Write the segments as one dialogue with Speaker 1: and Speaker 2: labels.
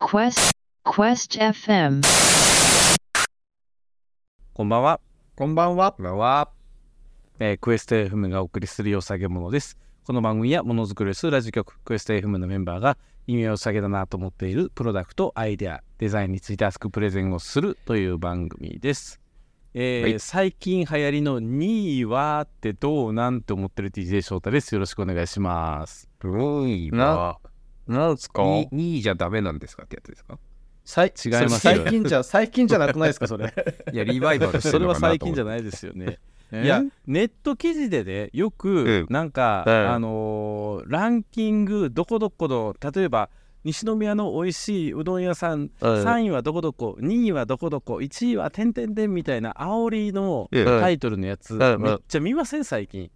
Speaker 1: Quest Quest FM
Speaker 2: こんばんは、
Speaker 3: こんばんは。
Speaker 4: こんばんは。
Speaker 2: えークエスト FM がお送りするよさげものですこの番組はものづくりをするラジオ局クエスト FM のメンバーが意味を下げだなと思っているプロダクトアイデアデザインについて熱くプレゼンをするという番組です、えー
Speaker 4: はい
Speaker 2: 最近流行りの2位はってどうなんて思ってる DJ 翔太ですよろしくお願いします
Speaker 4: 2位
Speaker 3: な
Speaker 4: は、
Speaker 3: なんすか
Speaker 4: 2位じゃダメなんですかってやつですか
Speaker 3: さい
Speaker 2: 違います
Speaker 3: そ
Speaker 2: よ
Speaker 3: れ最近じゃ、最近じゃなくないですか、 それ。
Speaker 4: いや、リバイバルして
Speaker 2: それ
Speaker 4: るの
Speaker 2: は
Speaker 4: かな
Speaker 2: 最
Speaker 4: と
Speaker 2: 近
Speaker 4: 思
Speaker 2: じゃ
Speaker 4: って。
Speaker 2: ないですよねい
Speaker 3: い
Speaker 2: や
Speaker 3: や、
Speaker 2: ネット記事でねよ
Speaker 4: え
Speaker 2: く
Speaker 4: え
Speaker 2: なんか、
Speaker 3: ええ
Speaker 2: あのーランキングどこどこの例えば西宮の美味しいうどん屋さん
Speaker 3: はい
Speaker 2: 3位はどこどこ2位はどこどこ1位は点々点みたいな煽りの
Speaker 4: ええ
Speaker 2: タイトルのやつ
Speaker 3: ええ
Speaker 2: めっちゃ見ません最近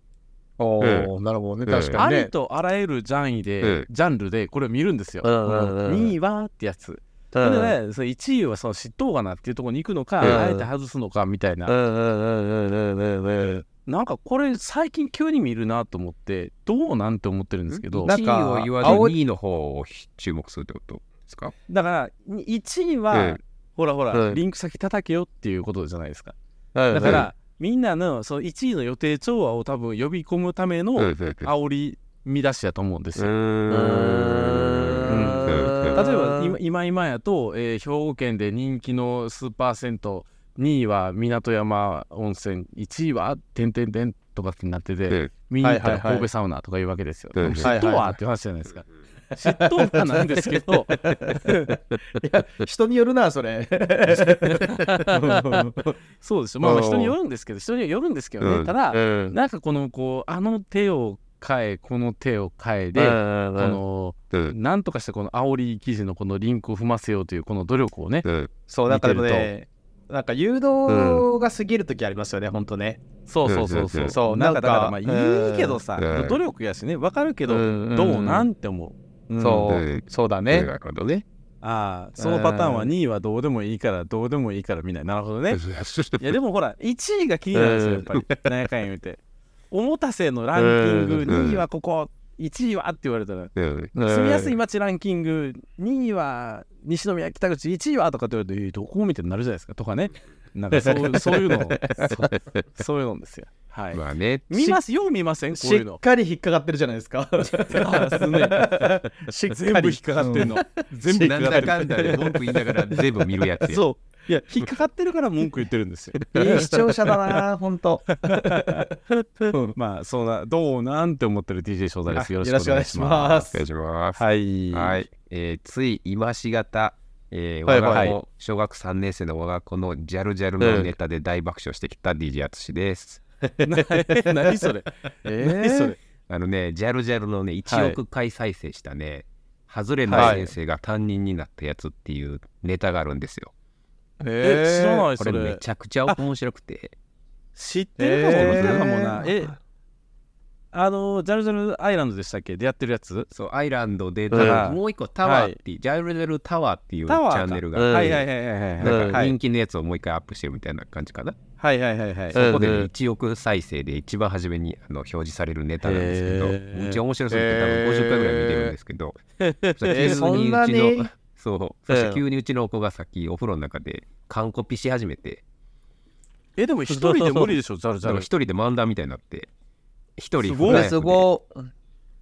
Speaker 3: お
Speaker 4: え
Speaker 3: ー、なるほどね、
Speaker 4: ええ
Speaker 3: 確か
Speaker 2: あ
Speaker 3: に
Speaker 2: り
Speaker 3: ね。
Speaker 2: とあらゆるジャンル
Speaker 4: え
Speaker 2: で
Speaker 4: え
Speaker 2: ジャンルでこれを見るんですよ
Speaker 3: うんうんうんうん
Speaker 2: 2位はってやつそれでねそれ1位はその知っとうかなっていうところに行くのか
Speaker 3: ええ
Speaker 2: あえて外すのかみたいな
Speaker 3: うんうんうんうんうんうん
Speaker 2: なんかこれ最近急に見るなと思ってどうなんて思ってるんですけど
Speaker 3: な
Speaker 4: なんん
Speaker 3: か
Speaker 4: か、1位を言わず
Speaker 3: 青い
Speaker 4: 2位の方を注目するってことですか
Speaker 2: だからに1位
Speaker 4: え
Speaker 2: は
Speaker 4: え
Speaker 2: ほらほら
Speaker 3: ええ
Speaker 2: リンク先叩けよっていうことじゃないですか
Speaker 3: うん。
Speaker 2: だからみんなのその1位の予定調和を多分呼び込むための煽り見出しだと思うんです
Speaker 3: う
Speaker 2: よ例え
Speaker 3: ーん、
Speaker 2: ば今今今やと、えー兵庫県で人気のスーパー銭湯2位は港山温泉1位は点々点とかってなってて、見に行った
Speaker 3: はい
Speaker 2: ら
Speaker 3: はいはい
Speaker 2: 神戸サウナとかいうわけですよ。
Speaker 4: ええ
Speaker 2: でも知っとうわって話じゃないですか。知っとうわなんですけど
Speaker 3: いや、人によるな、それ。
Speaker 2: そうですよまあまあ人によるんですけど人によるんですけど
Speaker 4: う
Speaker 2: ね
Speaker 4: ん
Speaker 2: ただ
Speaker 3: うん
Speaker 2: なんかこのこうあの手を変えこの手を変え
Speaker 3: うんう
Speaker 2: で
Speaker 3: ん
Speaker 2: こ
Speaker 3: うん
Speaker 2: のなんとかしてこの煽り記事のこのリンクを踏ませようというこの努力をね
Speaker 3: そう、なんかでも
Speaker 2: 見て
Speaker 3: ね、なんか誘導が過ぎるときありますよね、ほんとね。
Speaker 2: そうそうそうそううんそう
Speaker 3: うん
Speaker 2: なんかだから
Speaker 3: なんか
Speaker 2: まあいいけどさ
Speaker 4: うん
Speaker 2: 努力やしねわかる
Speaker 3: け
Speaker 2: けどどうなんて思ううん
Speaker 3: そう
Speaker 4: え、
Speaker 3: そうだ
Speaker 4: ね。
Speaker 3: ね。
Speaker 4: なるほどね。
Speaker 2: ああそのパターンは2位はどうでもいいからどうでもいいからみんななるほどねいやでもほら1位が気になるんですよやっぱり何回言うておもたせのランキング
Speaker 4: うん
Speaker 2: 2位はここ1位はって言われたら
Speaker 4: うん
Speaker 2: 住みやすい街ランキング2位は西宮北口1位はとかって言われてえーどこみたいになるじゃないですかとか ねなんか そうそういうのそそういうのですよはい
Speaker 4: まあね。
Speaker 2: 見ますよう見ませんこう
Speaker 3: し
Speaker 2: いう
Speaker 3: っ
Speaker 2: の
Speaker 3: かり引っかかってるじゃないですか。しっ
Speaker 2: 全部引っかかってんの全部引っ
Speaker 4: なん
Speaker 2: かか
Speaker 4: だ
Speaker 2: って
Speaker 4: かんだで文句言いながら全部見るやつ
Speaker 2: る
Speaker 4: や。
Speaker 2: そういや引っかかってるから文句言ってるん ですよ
Speaker 3: いい視聴者だな、ほんと。
Speaker 2: うんまあそうなどうなんて思ってる DJ 翔太ですよろしくお願いし
Speaker 3: よろしくお願いし
Speaker 2: ま
Speaker 3: ますす
Speaker 4: お願いします。
Speaker 2: はい
Speaker 4: はい。えーつい今しがた、えー
Speaker 3: はい
Speaker 4: 我
Speaker 3: はい
Speaker 4: が子、小学3年生の我が子のジャルジャルのネタで大爆笑してきた DJ あつしです。
Speaker 2: な何それ何それ
Speaker 4: あのね、ジャルジャルのね、
Speaker 2: はい
Speaker 4: 1億回再生したね、ハズレない先生が担任になったやつっていうネタがあるんですよ。
Speaker 2: え知らない
Speaker 4: こ
Speaker 2: そ
Speaker 4: れ
Speaker 2: れ
Speaker 4: めちゃくちゃ面白くて。
Speaker 2: 知ってるかも
Speaker 3: えー
Speaker 2: 知ってるかもなえあのジャルジャルアイランドでしたっけでやってるやつ
Speaker 4: そう、アイランドで、
Speaker 3: うん
Speaker 4: ただもう一個タワーって、
Speaker 2: は
Speaker 4: ジャルジャルタワーっていうチ
Speaker 2: タワーか
Speaker 4: ャンネルが
Speaker 3: うん
Speaker 4: あっ
Speaker 2: は
Speaker 4: て、
Speaker 2: いはいはいはいはい
Speaker 4: な
Speaker 3: うんん
Speaker 4: か
Speaker 3: はい
Speaker 4: 人気のやつをもう一回アップしてるみたいな感じかな。
Speaker 2: はいはいはいはい
Speaker 3: うん
Speaker 4: そこでね1億再生で一番初めにあの表示されるネタなんですけ
Speaker 2: へ
Speaker 4: ど、
Speaker 2: ー
Speaker 4: うち面白そうで多分50回ぐらい見てるんですけど、
Speaker 3: えーそんな
Speaker 4: 急にうち
Speaker 3: に
Speaker 4: の、そう、そして
Speaker 3: うん
Speaker 4: 急にうちの子がさっきお風呂の中で完コピし始めて、
Speaker 2: えでも一人で無理でしょジャルジ
Speaker 4: なん
Speaker 2: ャル
Speaker 4: か一人で漫談みたいになって、一人
Speaker 2: すごい
Speaker 4: フライ
Speaker 3: す
Speaker 4: フで
Speaker 3: ご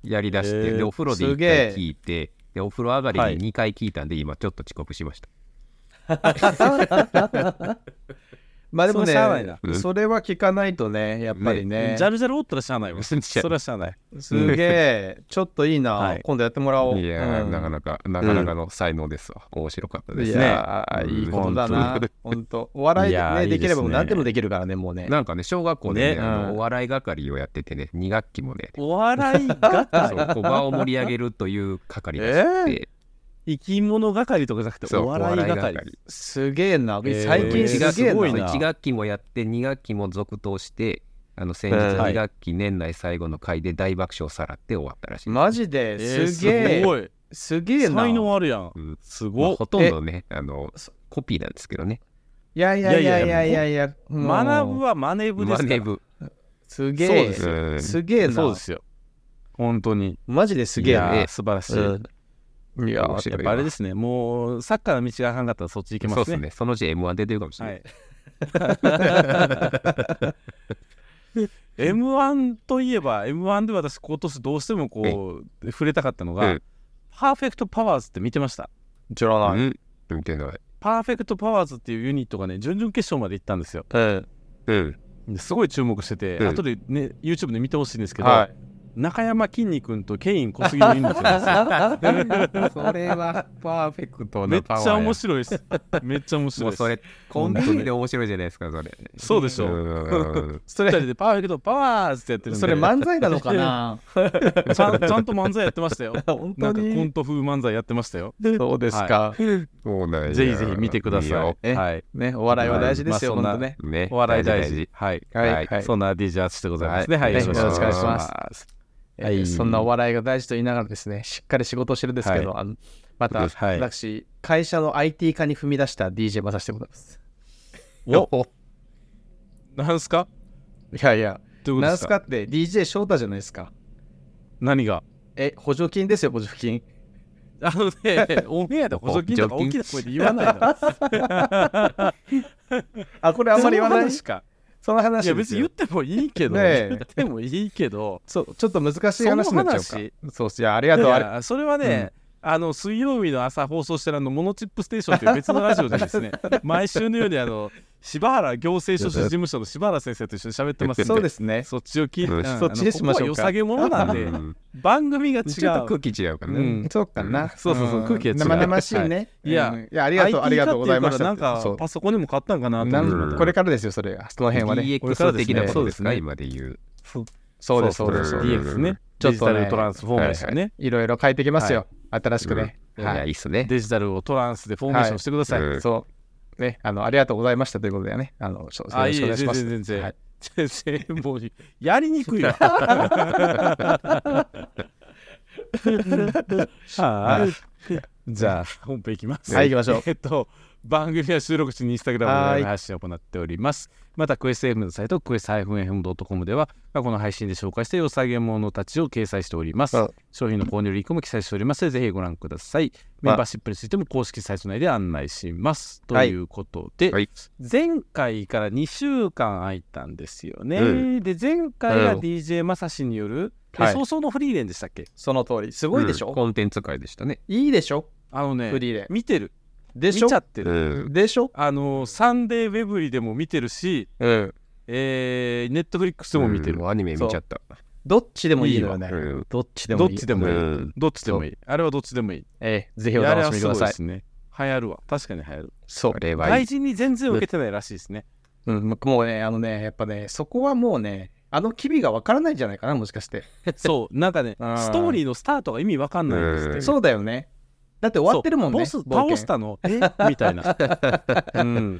Speaker 3: い。
Speaker 4: やりだし
Speaker 2: へ
Speaker 4: て、
Speaker 2: ー
Speaker 4: で、お風呂で1
Speaker 3: すげえ
Speaker 4: 回聞いて、で、お風呂上が
Speaker 2: はい
Speaker 4: りに2回聞いたんで、今ちょっと遅刻しました。
Speaker 3: まあでも
Speaker 2: それしゃあないな
Speaker 3: ね、それは聞かないとね、やっぱりね
Speaker 2: ジ。ャルジャルおったらしゃあ ないわそ
Speaker 4: しゃあない
Speaker 2: れはしゃあない
Speaker 3: すげえ、ちょっといい
Speaker 2: は、
Speaker 3: ない今度やってもらおう。
Speaker 4: いや
Speaker 3: う
Speaker 4: ー、
Speaker 3: ん
Speaker 4: なかなか、なかなかの才能ですわ。面白かったで
Speaker 3: い
Speaker 4: すね。
Speaker 3: やーいいことだな
Speaker 4: うん、
Speaker 3: 本当。お笑い
Speaker 2: いやーい
Speaker 3: ね
Speaker 2: い
Speaker 3: でき
Speaker 2: ですね
Speaker 3: れば何でもできるからね、もうね。
Speaker 4: なんかね、小学校でね、
Speaker 2: ね
Speaker 4: あ
Speaker 3: う
Speaker 4: の
Speaker 3: ん
Speaker 4: お笑い係をやっててね、2学期もね、
Speaker 2: お笑いが
Speaker 4: そうこう場を盛り上げるという係があって、
Speaker 2: 生き物係とかじゃなくて
Speaker 4: そう
Speaker 2: お笑い
Speaker 4: お笑い
Speaker 2: 係
Speaker 4: 係
Speaker 3: すげえな
Speaker 2: えー。
Speaker 3: 最近
Speaker 2: え
Speaker 3: す
Speaker 2: ー
Speaker 3: げえ
Speaker 2: すごい
Speaker 3: な。
Speaker 2: な
Speaker 4: 1学期もやって、2学期も続投して、あの先日
Speaker 3: えー
Speaker 4: 2学期年内最後の回で大爆笑をさらって終わったらしい。
Speaker 3: マジですげ
Speaker 2: えーす
Speaker 3: え。
Speaker 2: ごい
Speaker 3: すげえな。
Speaker 2: 才
Speaker 3: い
Speaker 2: 能あるやん
Speaker 4: うん
Speaker 2: す
Speaker 4: まあ
Speaker 2: ごっ
Speaker 4: ほとんどね、あのコピーなんですけどね。
Speaker 3: やいやいやい
Speaker 2: い
Speaker 3: や
Speaker 2: やい
Speaker 3: いやいや。
Speaker 2: 学ぶ
Speaker 3: ぶ
Speaker 2: は真似部ですから
Speaker 4: 真似部
Speaker 3: す
Speaker 2: そう
Speaker 3: げ
Speaker 2: で
Speaker 3: え
Speaker 2: す。よ
Speaker 4: うん
Speaker 3: すげえ
Speaker 2: そう
Speaker 3: な
Speaker 2: で。すよ本当に
Speaker 3: マジですげえ
Speaker 2: い
Speaker 3: な。
Speaker 2: やー素晴らしい
Speaker 3: うん
Speaker 4: い
Speaker 2: やっぱあれですね、もうサッカーの道があかんかったらそっち行き
Speaker 4: そう
Speaker 2: ま
Speaker 4: ですす
Speaker 2: ね。
Speaker 4: ね。そのうち M1 出てるかもしれ
Speaker 2: は
Speaker 4: ない。
Speaker 2: い。M1 といえば M1 で私今年どうしてもこう触れたかったのが、
Speaker 4: うん
Speaker 2: パーフェクトパワーズって見てました
Speaker 3: 知らない。
Speaker 4: うん。見てない。
Speaker 2: パーフェクトパワーズっていうユニットがね準々決勝まで行ったんですよ
Speaker 3: うん。
Speaker 4: うん。
Speaker 2: ですごい注目してて、
Speaker 4: うん
Speaker 2: 後でね YouTube で見てほしいんですけど、
Speaker 3: は
Speaker 2: 中山きんに君とケイン小杉のユニットなんですよ
Speaker 4: それはパーフェクト
Speaker 2: め
Speaker 4: な
Speaker 2: っち
Speaker 4: パワー
Speaker 2: ゃ
Speaker 4: や
Speaker 2: 面白いですめっちゃ面白
Speaker 4: も
Speaker 2: いうです
Speaker 4: それ、コンビニで面白いじゃないですか、それ。
Speaker 2: そうでしょ
Speaker 4: ょ。
Speaker 2: それ二人でパーフェクトパワーズってやってる
Speaker 3: い。
Speaker 2: んで
Speaker 3: それ漫才なのか な
Speaker 2: ちゃんちゃんと漫才やってましたよ
Speaker 3: 本
Speaker 2: なんかコント風漫才やってました よ
Speaker 3: そうですか。
Speaker 4: そうなんや
Speaker 2: ぜひぜひ見てください。
Speaker 3: え
Speaker 2: はい。
Speaker 3: ね、お笑いは大事ですよ、
Speaker 2: まあ
Speaker 3: 本
Speaker 2: そ
Speaker 3: 当
Speaker 2: んな
Speaker 3: ね。
Speaker 4: ね。
Speaker 2: お笑い大事。
Speaker 4: 事。
Speaker 2: はい。
Speaker 3: はい
Speaker 4: はい
Speaker 3: はい。
Speaker 2: そんな DJ アーティストでございますね。
Speaker 4: は
Speaker 2: はいい。
Speaker 4: はい
Speaker 3: よろしくお願いし
Speaker 2: す。は
Speaker 3: はいい、そんなお笑いが大事と言いながらですね、しっかり仕事をしてるんですけど、あのまた、
Speaker 2: はい
Speaker 3: 私、会社の IT 化に踏み出した DJ まさしでございます。
Speaker 2: おなんすか
Speaker 3: いやいや、
Speaker 2: ど ういうこと
Speaker 3: なん
Speaker 2: ですす
Speaker 3: か
Speaker 2: か
Speaker 3: って、DJ 翔太じゃないですか。
Speaker 2: 何が
Speaker 3: え、補助金ですよ、補助金。
Speaker 2: あの ね、オンエアで補助金とか大きな声で言わないの。
Speaker 3: あ、これあんまり言わない。
Speaker 2: しか。
Speaker 3: その話
Speaker 2: い
Speaker 3: ですよ
Speaker 2: や、別に言ってもいいけど、
Speaker 3: ねえ
Speaker 2: 言ってもいいけど、
Speaker 3: そう、ちょっと難しい話になっちゃう
Speaker 2: その
Speaker 3: か。そうっす、いや、ありがとう、あ
Speaker 2: い
Speaker 3: れ。
Speaker 2: やそれはね、あの水曜日の朝放送してるあのモノチップステーションという別のラジオで ですね毎週のようにあの柴原行政書士事務所の柴原先生と一緒に喋ってますん
Speaker 3: そうですね。
Speaker 2: そっちを聞いて、
Speaker 4: うん
Speaker 2: あの
Speaker 3: そっちにしましょうか
Speaker 2: ここは良さげものなんで、
Speaker 4: うん
Speaker 2: 番組が違う。
Speaker 4: ちょっと空気違うから
Speaker 2: う
Speaker 4: ね。
Speaker 2: ん
Speaker 3: そうかな。
Speaker 2: そうそうそうん空気が違う
Speaker 3: 生々しいね。
Speaker 2: はいいや
Speaker 3: うんいや、ありがとう、ありがとうございました。
Speaker 2: なんか
Speaker 3: そう
Speaker 2: パソコンでも買ったんかなと
Speaker 3: な
Speaker 2: 思って
Speaker 4: うん
Speaker 3: これからですよ、それが。その辺はね。
Speaker 2: これから
Speaker 4: DX
Speaker 2: です
Speaker 4: 的
Speaker 2: ね
Speaker 4: なことです
Speaker 2: そうです
Speaker 4: か、
Speaker 2: ね
Speaker 4: 今で言う。
Speaker 3: そうです、そう
Speaker 4: う
Speaker 3: で
Speaker 4: ん
Speaker 3: す。
Speaker 2: DX ね。
Speaker 3: ちょ
Speaker 2: デ
Speaker 3: っとね
Speaker 2: ジタルトランスフォーメーションね。
Speaker 3: いろいろ変えていきますよ。新しくね。
Speaker 4: いや、いいっすね。
Speaker 2: デジタルをトランスでフォーメーションしてください。
Speaker 4: はいうん
Speaker 3: そう。ね、あの、ありがとうございましたということでね。あの、しょよ
Speaker 2: あ、
Speaker 3: ろ
Speaker 2: い
Speaker 3: し
Speaker 2: い
Speaker 3: くお願
Speaker 2: え、
Speaker 3: いしま
Speaker 2: 全
Speaker 3: す。
Speaker 2: 然全然。
Speaker 3: はい
Speaker 2: 全然もうやりに くいわ。はいじゃあ本編いきます。
Speaker 3: はい行きましょう
Speaker 2: えっと番組は収録時にインスタグラムでライブ配信を行っております。またクエスト FM のサイトクエスト -fm.com では過去の配信で紹介した良さげものたちを掲載しております
Speaker 3: うん。
Speaker 2: 商品の購入リンクも記載しておりますのでぜひご覧ください。メンバーシップについても公式サイト内で案内します。と
Speaker 3: はい
Speaker 2: いうことで、
Speaker 4: はい
Speaker 2: 前回から2週間空いたんですよね。
Speaker 4: う
Speaker 2: で前回
Speaker 4: う
Speaker 2: が
Speaker 4: ん
Speaker 2: DJ まさしによる「
Speaker 3: はい
Speaker 2: 早々のフリーレン」でしたっけ
Speaker 3: その通り。すごいでし
Speaker 4: うん
Speaker 3: ょ
Speaker 4: コンテンツ界でしたね。
Speaker 3: いいでしょ
Speaker 2: あのね
Speaker 3: フリーレン
Speaker 2: 見てる
Speaker 3: でし
Speaker 2: 見
Speaker 3: ょ
Speaker 2: ちゃってる、
Speaker 4: うん
Speaker 3: でしょ
Speaker 2: あのサンデーウェブリでも見てるし、
Speaker 3: うん。
Speaker 2: えー、ネットフリックスでも見てる、
Speaker 4: うんアニメ見ちゃった。
Speaker 3: どっちでもいいのよね
Speaker 4: いいようん。
Speaker 3: どっちでも
Speaker 2: ど
Speaker 3: いい。
Speaker 2: っちでもいい、
Speaker 4: うん
Speaker 2: どっちでもいいあれはどっちでもいい
Speaker 3: ええ、ぜ
Speaker 2: い
Speaker 3: ひお
Speaker 2: やあれ
Speaker 3: 楽し
Speaker 2: は
Speaker 3: みく
Speaker 2: すご
Speaker 3: だ
Speaker 2: いで
Speaker 3: さい。
Speaker 2: すね流行るわ確かに流行る
Speaker 3: そう
Speaker 4: こ。れはい
Speaker 2: 外
Speaker 4: い。
Speaker 2: 人に全然受けてないらしいですね、
Speaker 3: うん、もうね、あのね、やっぱね、そこはもうね、あの機微がわからないんじゃないかな、もしかして。
Speaker 2: そうなんかね
Speaker 3: あー
Speaker 2: ストーリーのスタートが意味わかんないんですって、
Speaker 4: うん
Speaker 3: そうだよね。だって終わってるもんね。
Speaker 2: そうボ
Speaker 3: 冒険
Speaker 2: ス倒したのえみた いな、うん、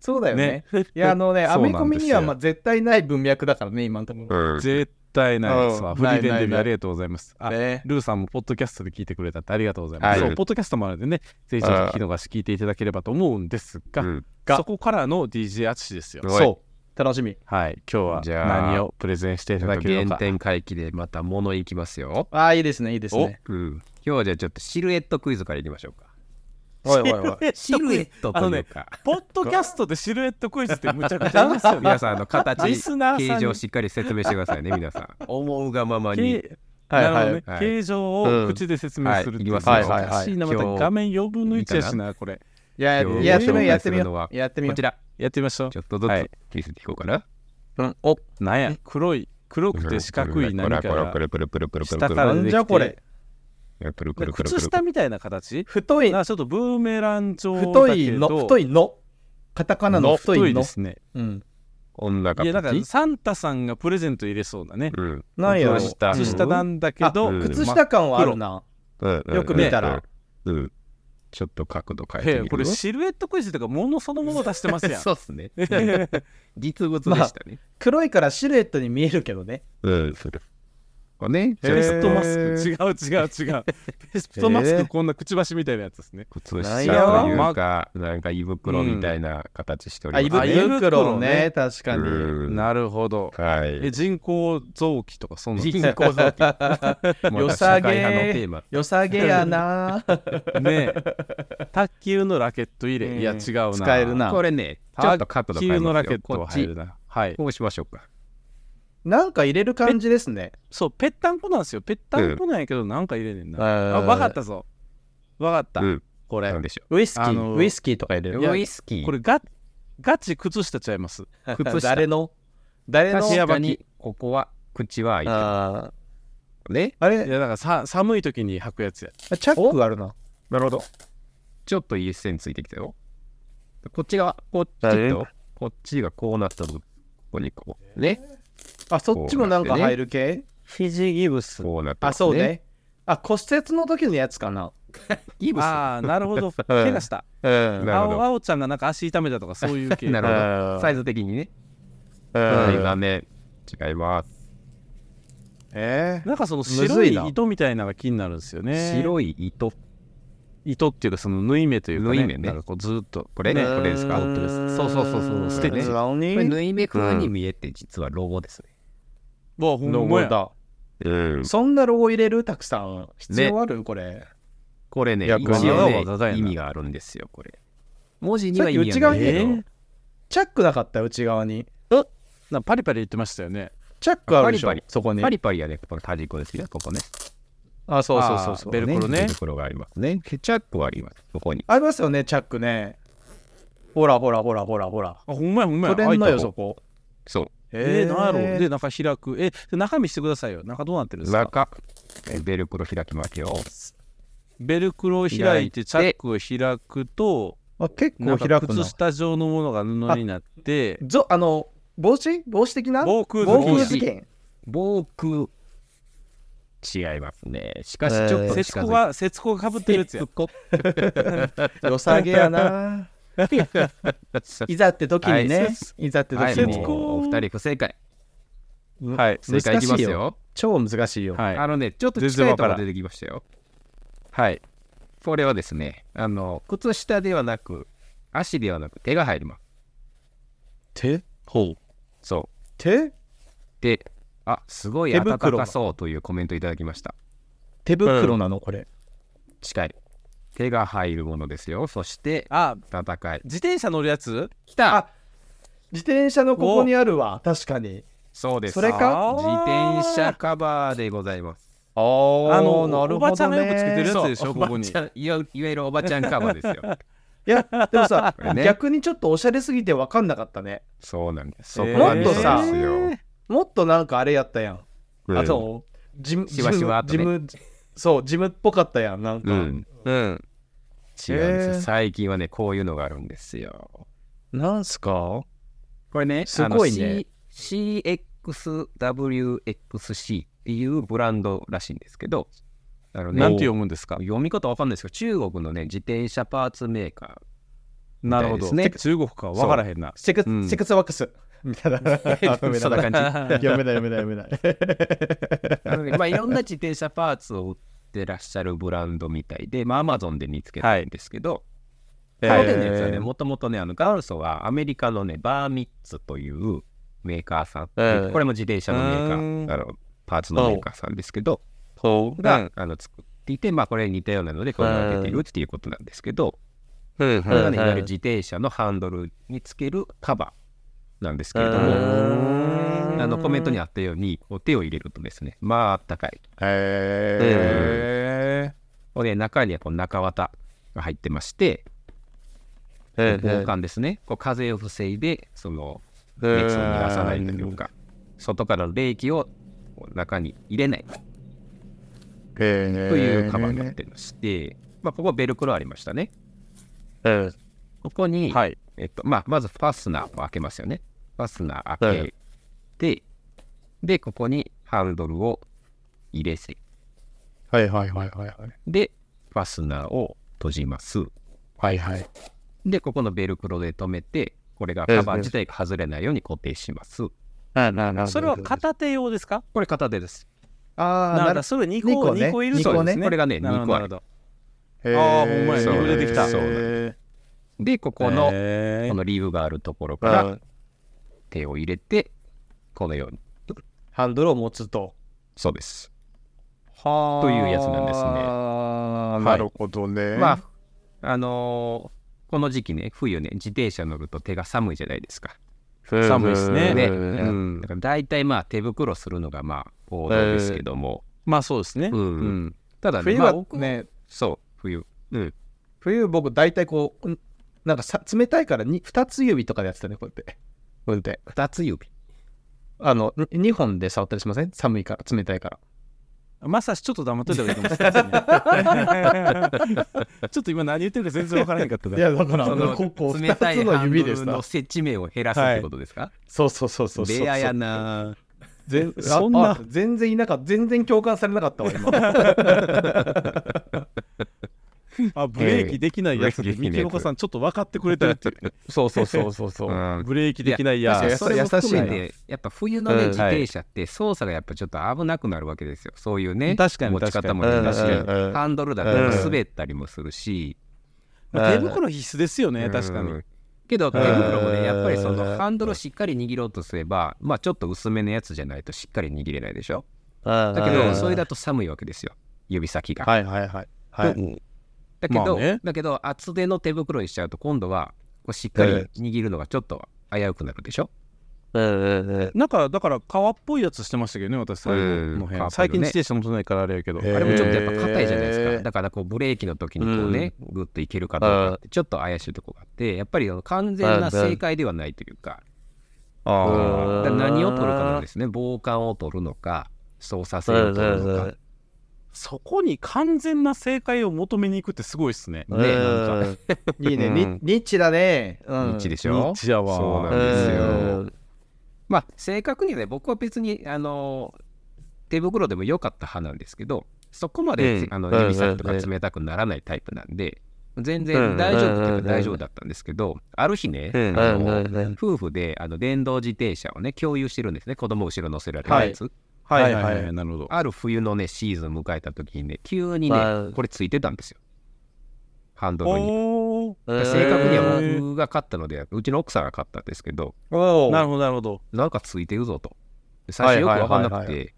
Speaker 3: そうだよね。いや、あのね、
Speaker 2: そ
Speaker 3: ア
Speaker 2: うなん
Speaker 3: メ
Speaker 2: で
Speaker 3: コ
Speaker 2: すよ
Speaker 3: ミにはまあ絶対ない文脈だからね、今のところ。
Speaker 4: うん
Speaker 2: 絶対ないです
Speaker 3: う
Speaker 2: わ。
Speaker 3: ん
Speaker 2: フリー
Speaker 3: な
Speaker 2: レ
Speaker 3: い
Speaker 2: ン
Speaker 3: ないな
Speaker 2: デビ
Speaker 3: い
Speaker 2: ありがとうございます。あ、
Speaker 3: ね
Speaker 2: ルーさんもポッドキャストで聞いてくれたってありがとうございます。
Speaker 4: はい
Speaker 2: そう、ポッドキャストもあるんでね、ぜひちょっと聞き逃し聞いていただければと思うんですが、
Speaker 4: うん
Speaker 2: がそこからの DJ アツシですよ。
Speaker 4: はい
Speaker 3: そう。楽しみ。
Speaker 2: はい、今日
Speaker 4: じ
Speaker 2: は
Speaker 4: ゃあ
Speaker 2: 何をプレゼンしていただけるの
Speaker 4: 原
Speaker 2: か。
Speaker 4: 点回帰でまた物いきますよ。
Speaker 3: ああ、いいですね、いいですね。
Speaker 4: うん今日はじゃあちょっとシルエットクイズからいきましょうか。
Speaker 3: おいおいおい。
Speaker 4: シルエット
Speaker 2: あの
Speaker 4: という
Speaker 2: ね
Speaker 4: か、
Speaker 2: ポッドキャストでシルエットクイズってむちゃくちゃいますよね。
Speaker 4: 皆さんあの形、
Speaker 2: リスナーさんに
Speaker 4: 形状をしっかり説明してくださいね、 皆さん。思うがままに。
Speaker 2: け
Speaker 3: はいはい
Speaker 2: なるほど
Speaker 4: は
Speaker 2: ね
Speaker 4: い
Speaker 2: 形状を口で説明するっていう
Speaker 4: は
Speaker 2: の
Speaker 4: いいき
Speaker 3: ますよ
Speaker 2: がおかしいな、
Speaker 4: は
Speaker 2: ま
Speaker 4: いはい
Speaker 2: た
Speaker 4: はい
Speaker 2: 画面4分の1やしな、これ。
Speaker 3: いや、
Speaker 4: 今日
Speaker 3: やってみよう、やってみ
Speaker 4: ご紹介するの
Speaker 3: よ
Speaker 4: は
Speaker 3: う。やってみよ
Speaker 4: こ
Speaker 3: う
Speaker 4: ち。ら、
Speaker 2: やってみましょう
Speaker 4: ちょ。っとずつ
Speaker 2: はい
Speaker 4: 見せていこうかな。
Speaker 3: うんお
Speaker 2: なんや、黒い、黒くて四角い何か
Speaker 4: これ
Speaker 2: が
Speaker 4: これこれこれこれこれこれ
Speaker 2: 下から出
Speaker 3: な
Speaker 2: てき
Speaker 3: ん
Speaker 2: て
Speaker 3: じゃこれ。
Speaker 4: これこれこれ
Speaker 2: 靴下みたいな形
Speaker 3: 太い
Speaker 2: な、んかちょっとブーメラン状だ
Speaker 3: 太
Speaker 2: け
Speaker 3: い
Speaker 2: ど
Speaker 3: の、太いの。カタカナの太
Speaker 2: 太
Speaker 3: い
Speaker 2: いで
Speaker 3: の。
Speaker 2: すね
Speaker 3: うん。
Speaker 4: 女
Speaker 2: いやな
Speaker 4: が
Speaker 2: ん
Speaker 4: プチ
Speaker 2: かサンタさんがプレゼント入れそうだね
Speaker 4: うんうん
Speaker 3: なんやろ。
Speaker 2: 靴下
Speaker 4: うん
Speaker 2: 靴下なんだけど
Speaker 4: あうん
Speaker 3: 靴下感はあるな。
Speaker 4: うんうん
Speaker 3: よく見たら
Speaker 4: うんうんちょっと角度変えて
Speaker 2: へ
Speaker 4: み
Speaker 2: えこれ
Speaker 4: る
Speaker 2: シルエットクイズとかものそのもの出してますやん
Speaker 4: そうっす ね。実物でしたね。
Speaker 3: 黒いからシルエットに見えるけどね。
Speaker 4: うん、それ。かね。
Speaker 2: ペストマス
Speaker 3: へ
Speaker 2: ク。違う違う違う。ペストマスク、こんなくちばしみたいなやつですね。
Speaker 4: くつぶし
Speaker 3: なん
Speaker 4: ち
Speaker 3: や
Speaker 4: ゃうというか、なんか胃袋みたいな形しております。
Speaker 2: あ胃袋ね
Speaker 3: 確かに。
Speaker 4: うん
Speaker 2: なるほど。
Speaker 4: は
Speaker 2: え、
Speaker 4: い。
Speaker 2: 人工臓器とかそんなん
Speaker 4: 人工臓 器。
Speaker 3: よさげ
Speaker 4: 社会派のテーマ。
Speaker 3: 良さげや な。
Speaker 2: ねえ卓球のラケット入れ、
Speaker 3: うん
Speaker 2: いや違うな
Speaker 3: 使えるな
Speaker 4: これね、ちょっとカット
Speaker 2: 卓
Speaker 4: の
Speaker 2: 球のラ
Speaker 4: ます
Speaker 2: ケ
Speaker 4: よ
Speaker 2: ット
Speaker 4: こ
Speaker 2: は
Speaker 4: っ
Speaker 2: 入る
Speaker 4: ち、
Speaker 2: なはい
Speaker 4: こうしましょうか。
Speaker 3: なんか入れる感じですね。
Speaker 2: そうぺったんこなんですよぺったんこなんやけどなんか入れねんな、あ
Speaker 3: あ
Speaker 2: わかったぞわかった、
Speaker 4: うん
Speaker 2: これ
Speaker 4: なんでしょ
Speaker 3: ウイスキ
Speaker 2: あ
Speaker 3: ー、
Speaker 2: の
Speaker 3: ウイスキーとか入れ
Speaker 4: う。
Speaker 3: る。
Speaker 2: や
Speaker 4: ウイスキー。
Speaker 2: これガガチ靴下ちゃいます
Speaker 4: 靴下
Speaker 3: 誰の誰の
Speaker 4: 確か
Speaker 2: に
Speaker 4: に、ここは、口は開いて
Speaker 3: あー
Speaker 4: るね。
Speaker 3: あ
Speaker 2: い
Speaker 3: れ
Speaker 2: やだからさ寒い時に履くやつや
Speaker 3: チャックあるな。
Speaker 4: なるほど。ちょっといい線ついてきたよ。こっち側、こっち
Speaker 3: 誰
Speaker 4: と、こっちがこうなったの。ここにこう。ね。
Speaker 3: あ、そっちもなんか入る系
Speaker 2: 肘ギブス
Speaker 4: こうなってま
Speaker 3: あ、
Speaker 4: す
Speaker 3: そう。ね。あ、骨折の時のやつかな。
Speaker 4: ギブス。
Speaker 2: ああなるほ ど怪我した
Speaker 3: うん
Speaker 4: なるほど
Speaker 2: 青青ちゃんがなんか足痛めたとかそういう 系
Speaker 4: なるほ
Speaker 3: うん
Speaker 4: ど。サイズ的にね。
Speaker 3: うん
Speaker 4: サイズがね、違います。
Speaker 3: えー
Speaker 2: なんかその
Speaker 3: む
Speaker 2: 白
Speaker 3: ず
Speaker 2: い
Speaker 3: いな
Speaker 2: 糸みたいなのが気になるんですよね
Speaker 4: 白い糸。
Speaker 2: 糸っていうかその縫い目というか、ね、
Speaker 4: 縫い目ね
Speaker 2: なんかこうずーっと
Speaker 4: これね、これですか。
Speaker 3: う
Speaker 4: こ
Speaker 3: ん
Speaker 2: 本当ですそうそうそうそうステッチ
Speaker 3: なのに
Speaker 4: れ縫い目風に見えて、実はロゴですね。
Speaker 2: わあほん
Speaker 3: ロ
Speaker 2: ま
Speaker 3: ゴ
Speaker 2: や
Speaker 3: だ。
Speaker 4: うん
Speaker 3: そんなロゴ入れるたくさん。必要あるこれ。
Speaker 4: これね、
Speaker 2: いや
Speaker 4: 一
Speaker 2: これは
Speaker 4: 応ね
Speaker 2: 技だよな
Speaker 4: 意味があるんですよ、これ。文字に
Speaker 3: さっ
Speaker 4: は
Speaker 3: き
Speaker 4: 意味
Speaker 3: 内
Speaker 4: が
Speaker 3: 側
Speaker 4: な
Speaker 3: に
Speaker 4: い
Speaker 2: え
Speaker 4: けど
Speaker 2: ー、
Speaker 3: チャックなかった内側に。
Speaker 2: なんかパリパリ言ってましたよね。
Speaker 3: チャックあるでしょ
Speaker 4: パリパリ
Speaker 3: そこに
Speaker 4: パ。リパリはね、この端っこですよ、ここね。
Speaker 3: あ、そうそうそうそう。
Speaker 2: ベルコロ
Speaker 4: ベ
Speaker 2: ね
Speaker 4: ル。コロがありますね。ケチャップはあります、ここに。
Speaker 3: ありますよね、チャックね。ほらほらほらほらほら。
Speaker 2: あ、ほんまやほんまや。
Speaker 3: 取れんのよ、
Speaker 2: 開いた
Speaker 3: そ
Speaker 2: 方
Speaker 3: こ。
Speaker 4: そ
Speaker 2: えー、なんやろう。
Speaker 3: で
Speaker 2: で、中開く。え、中見してくださいよ。中どうなってるん
Speaker 4: う。
Speaker 2: ですか
Speaker 4: 中、えベルコロ開きますよ。
Speaker 2: ベルクロを開いて、チャックを開くと、
Speaker 3: あ結
Speaker 2: な
Speaker 3: 構
Speaker 2: んか
Speaker 3: 開く
Speaker 2: 靴
Speaker 3: な。
Speaker 2: 下状のものが布になって、
Speaker 3: ぞあの、帽子帽子的な
Speaker 2: 防空
Speaker 3: 防
Speaker 2: 好
Speaker 3: 空
Speaker 2: き
Speaker 3: 事件。
Speaker 4: 防空。違いますね。しかし、ちょっと
Speaker 2: 節
Speaker 4: 近づい
Speaker 2: 子
Speaker 4: て
Speaker 2: が、節子がかぶってるやつや。
Speaker 3: 良さげやな。 いざって時に
Speaker 4: は
Speaker 3: ね
Speaker 4: い。
Speaker 3: いざって
Speaker 4: はい、
Speaker 3: 時
Speaker 2: 節
Speaker 3: に。
Speaker 2: 子
Speaker 4: もうお二人不正解。
Speaker 2: はい。
Speaker 4: 正解いきますよ。
Speaker 3: 超難しいよ。
Speaker 2: はい。
Speaker 4: あのね、ちょっと
Speaker 2: 全
Speaker 4: 近
Speaker 2: 然
Speaker 4: い
Speaker 2: わ
Speaker 4: と
Speaker 2: か
Speaker 4: こ
Speaker 2: ら
Speaker 4: ろ
Speaker 2: ん
Speaker 4: 出てきましたよ。はい。これはですね、あの、靴下ではなく、足ではなく、手が入ります。
Speaker 3: 手
Speaker 2: ほう。
Speaker 4: そう。
Speaker 3: 手
Speaker 4: で、あすごい
Speaker 3: 手
Speaker 4: 温
Speaker 3: 袋
Speaker 4: かそうというコメントいただきました。
Speaker 3: 手袋なのこれ。
Speaker 4: 近い。手が入るものですよ。そして、
Speaker 2: あ、
Speaker 4: 戦い。
Speaker 2: 自転車乗るやつ
Speaker 4: きた
Speaker 3: あ自転車のここにあるわ。確かに。
Speaker 4: そうです。
Speaker 3: それか
Speaker 4: あー自転車カバーでございます。
Speaker 3: ああ
Speaker 2: あの、おばちゃんがよくつけてるや
Speaker 3: い
Speaker 2: つでしょ、
Speaker 4: お
Speaker 2: こ
Speaker 4: ば
Speaker 2: こに
Speaker 4: ち。ゃんいわいわゆるおばちゃんカバーですよ。
Speaker 3: や、でもさ
Speaker 4: これ、ね
Speaker 3: 逆にちょっとおしゃれすぎて分かんなかったね。
Speaker 4: そうなんです。
Speaker 2: え
Speaker 4: そ
Speaker 2: ー
Speaker 4: こが見
Speaker 3: もっとさ
Speaker 4: えますよ
Speaker 3: もっとなんかあれやったやん。
Speaker 4: うん
Speaker 3: あと、ジム、
Speaker 4: しわしわっと
Speaker 3: ジ
Speaker 4: ね
Speaker 3: ム、ジムそう、ジムっぽかったやん。なんか、
Speaker 4: うん。うん。違うんですよ
Speaker 3: へー
Speaker 4: 最近はね、こういうのがあるんですよ。
Speaker 3: なんすか
Speaker 4: これね、
Speaker 3: すごいね
Speaker 4: あの。C- CXWXC っていうブランドらしいんですけど、あのね
Speaker 2: なんて読むんですか
Speaker 4: 読み方わかんないですけど、中国のね、自転車パーツメーカ
Speaker 2: なるほ
Speaker 4: み
Speaker 2: ど。
Speaker 4: たいですね
Speaker 2: 中国かわからへんな。
Speaker 3: セク、
Speaker 2: うん
Speaker 3: セクスワックス。み たいな。読め
Speaker 4: ー。そんな
Speaker 3: ない。
Speaker 4: 感じ。あ
Speaker 3: 読めない、読めない、読めない。
Speaker 4: の ねまあ、いろんな自転車パーツを売ってらっしゃるブランドみたいで、まあ、アマゾンで見つけたんですけど、この手のやつはね、
Speaker 3: えー
Speaker 4: もともとね、あの元祖はアメリカのね、バーミッツというメーカーさん、
Speaker 3: えー
Speaker 4: これも自転車のメーカ
Speaker 2: う
Speaker 4: ー、
Speaker 2: ーん
Speaker 4: あのパーツのメーカーさんですけど、
Speaker 2: ほ
Speaker 4: が、あの作っていて、まあ、これ似たようなので、これが出ているっていうことなんですけど、
Speaker 2: うん
Speaker 4: これがね、い
Speaker 3: はいは
Speaker 4: わ
Speaker 3: い
Speaker 4: ゆる自転車のハンドルにつけるカバーなんですけれど
Speaker 3: う
Speaker 4: も、
Speaker 3: ん
Speaker 4: あのコメントにあったように、こう手を入れるとですね、まあ、あったかい。
Speaker 3: へ
Speaker 4: これ、中にはこの中綿が入ってまして、
Speaker 3: え
Speaker 4: 防寒ですね、こう風を防いで、その熱を逃がさないというか、外からの冷気をこう中に入れない
Speaker 3: と
Speaker 4: とい
Speaker 3: いう
Speaker 4: カバーになってまして、まあ、ここベルクロありましたね。
Speaker 3: え
Speaker 4: ここに、
Speaker 2: はい。
Speaker 4: えっと、まあ、まずファスナーを開けますよね。ファスナー開けて、で、ここにハンドルを入れて、
Speaker 3: はいはいはいはいはい
Speaker 4: で、ファスナーを閉じます。
Speaker 3: はいはい
Speaker 4: で、ここのベルクロで留めて、これがカバー自体が外れないように固定します。
Speaker 3: ななな
Speaker 2: それは片手用ですか
Speaker 4: これ片手です。
Speaker 3: あ
Speaker 2: な
Speaker 3: あ、
Speaker 2: んだ、それ2個、
Speaker 3: 二個ね
Speaker 2: 2個いる
Speaker 3: 二
Speaker 2: と
Speaker 3: 個
Speaker 4: そうで
Speaker 3: ね
Speaker 4: すこれがね、
Speaker 2: なる
Speaker 4: 2
Speaker 2: ほ
Speaker 4: 個
Speaker 2: ど
Speaker 4: あ
Speaker 2: なるほ。
Speaker 4: る
Speaker 2: ど。
Speaker 3: へ
Speaker 2: ああほんまや
Speaker 5: そう
Speaker 2: リブでできた
Speaker 5: そうなん
Speaker 4: で、ここの、
Speaker 2: へー
Speaker 4: このリブがあるところか
Speaker 5: だう
Speaker 4: ら
Speaker 5: ん
Speaker 4: 手を入れて、このように。
Speaker 3: ハンドルを持つと。
Speaker 4: そうです。
Speaker 3: は
Speaker 4: というやつなんですね
Speaker 3: あ
Speaker 4: い
Speaker 5: なるほどね。
Speaker 4: まあ、あのーこの時期ね、冬ね、自転車乗ると手が寒いじゃないですか。
Speaker 5: うん
Speaker 2: 寒いっすね
Speaker 5: ね
Speaker 4: う
Speaker 2: うんん
Speaker 4: だから大体まあ手袋するのがまあ王道ですけども、
Speaker 2: まあそうですね。
Speaker 4: うん
Speaker 2: うん
Speaker 4: ただね、
Speaker 3: 冬
Speaker 4: まあ
Speaker 3: は
Speaker 4: 僕は
Speaker 3: ね、
Speaker 4: そう、冬。うん。
Speaker 3: 冬僕大体こう、んなんかさ冷たいから 2, つ指とかでやってたね、こうやって。運転。
Speaker 4: 二つ指。
Speaker 3: あの、2本で触ったりしません寒いから、冷たいから。
Speaker 2: まさしちょっと黙っといた方がいいかもしれないですね。ちょっと今何言ってるか全然わからなかったな。
Speaker 3: や、だか
Speaker 4: その冷たいハンドルの
Speaker 3: な
Speaker 4: 接地面を減らすってことですか、
Speaker 3: そうそうそうそうそう。
Speaker 4: レアやな
Speaker 3: 全あ
Speaker 2: そんな
Speaker 3: あ全然いなかった。全然共感されなかったわ、今。
Speaker 2: あブレーキできないやつ
Speaker 4: ブレ
Speaker 2: で、
Speaker 4: ーキでき
Speaker 2: 三
Speaker 4: ないやつ
Speaker 2: 木岡さんちょっと分かってくれてるっていうね。
Speaker 3: そうそうそうそうそう。
Speaker 4: うん
Speaker 2: ブレーキできないや
Speaker 4: い
Speaker 3: や
Speaker 4: や
Speaker 2: つ。
Speaker 4: それも含め
Speaker 3: 優
Speaker 4: てやっぱ冬のね
Speaker 5: うん
Speaker 4: 自転車って操作がやっぱちょっと危なくなるわけですよそういうね
Speaker 2: 確かに
Speaker 4: 持ち方も
Speaker 5: 確かに
Speaker 4: だし
Speaker 5: うんうんうん
Speaker 4: ハンドルだと滑ったりもするし、
Speaker 2: まあ手袋必須ですよね、
Speaker 4: うん
Speaker 2: 確かに。
Speaker 4: けど手袋も
Speaker 5: う
Speaker 4: ね
Speaker 5: ん
Speaker 4: やっぱりそのハンドルをしっかり握ろうとすればまあちょっと薄めのやつじゃないとしっかり握れないでしょだけ
Speaker 5: う
Speaker 4: ど
Speaker 5: ん
Speaker 4: それだと寒いわけですよ指先が、
Speaker 5: はいはいはい。はい
Speaker 4: うんだけど、
Speaker 2: まあね
Speaker 4: だけど厚手の手袋にしちゃうと今度はこうしっかり
Speaker 5: うん
Speaker 4: 握るのがちょっと危うくなるでしょ、
Speaker 5: うんうんうん
Speaker 2: なんかだから革っぽいやつしてましたけどね、私、最後
Speaker 4: うん
Speaker 2: の辺
Speaker 4: 革っぽいよね
Speaker 2: 最近自転車もそんないからあれやけど。
Speaker 5: へー
Speaker 4: あれもちょっとやっぱ硬いじゃないです
Speaker 5: へ
Speaker 4: か
Speaker 5: ー
Speaker 4: だからこうブレーキの時にこうね、グッといけるかどうかってちょっと怪しいとこがあってやっぱりあの完全な正解ではないというか,、
Speaker 5: あ
Speaker 4: だから何を取るかなんですね防寒を取るのか操作性を取るのか、
Speaker 2: そこに完全な正解を求めに行くってすごいっすね。
Speaker 5: う
Speaker 4: うんん
Speaker 5: う
Speaker 4: ね
Speaker 5: ん
Speaker 4: な
Speaker 3: いいね、
Speaker 5: うん
Speaker 3: ニッニッチだね。うん
Speaker 4: 道でし
Speaker 2: ニ
Speaker 4: ょ、
Speaker 2: ッチやわ
Speaker 4: そうなん
Speaker 5: う
Speaker 4: ですよ、
Speaker 5: ん
Speaker 4: まあ正確にはね僕は別にあの手袋でも良かった派なんですけどそこまで、
Speaker 5: うん
Speaker 4: あの
Speaker 5: うん
Speaker 4: 指先とか
Speaker 5: うん
Speaker 4: 冷たくならないタイプなんで、全
Speaker 5: うん
Speaker 4: 然大丈夫っていううんか大丈夫だったんですけど、ある日ね、
Speaker 5: うん
Speaker 4: あ
Speaker 5: うん
Speaker 4: の
Speaker 5: うん
Speaker 4: 夫婦であの電動自転車をね共有してるんですね子供を後ろ乗せられるやつ、
Speaker 2: はい
Speaker 3: は
Speaker 2: はいい
Speaker 3: は
Speaker 2: はいい、なるほど。
Speaker 4: ある冬のねシーズン迎えた時にね急に
Speaker 5: は
Speaker 4: ね
Speaker 5: い
Speaker 4: これついてたんですよハンドルに。
Speaker 2: おー
Speaker 5: うん
Speaker 4: 正確には
Speaker 2: へー
Speaker 4: 僕が買ったのでうちの奥さんが買ったんですけど
Speaker 3: おう
Speaker 2: なるほど、なるほど。
Speaker 4: なんかついてるぞと。で最初よく分かんな
Speaker 5: はい
Speaker 4: く
Speaker 5: はいは
Speaker 4: て、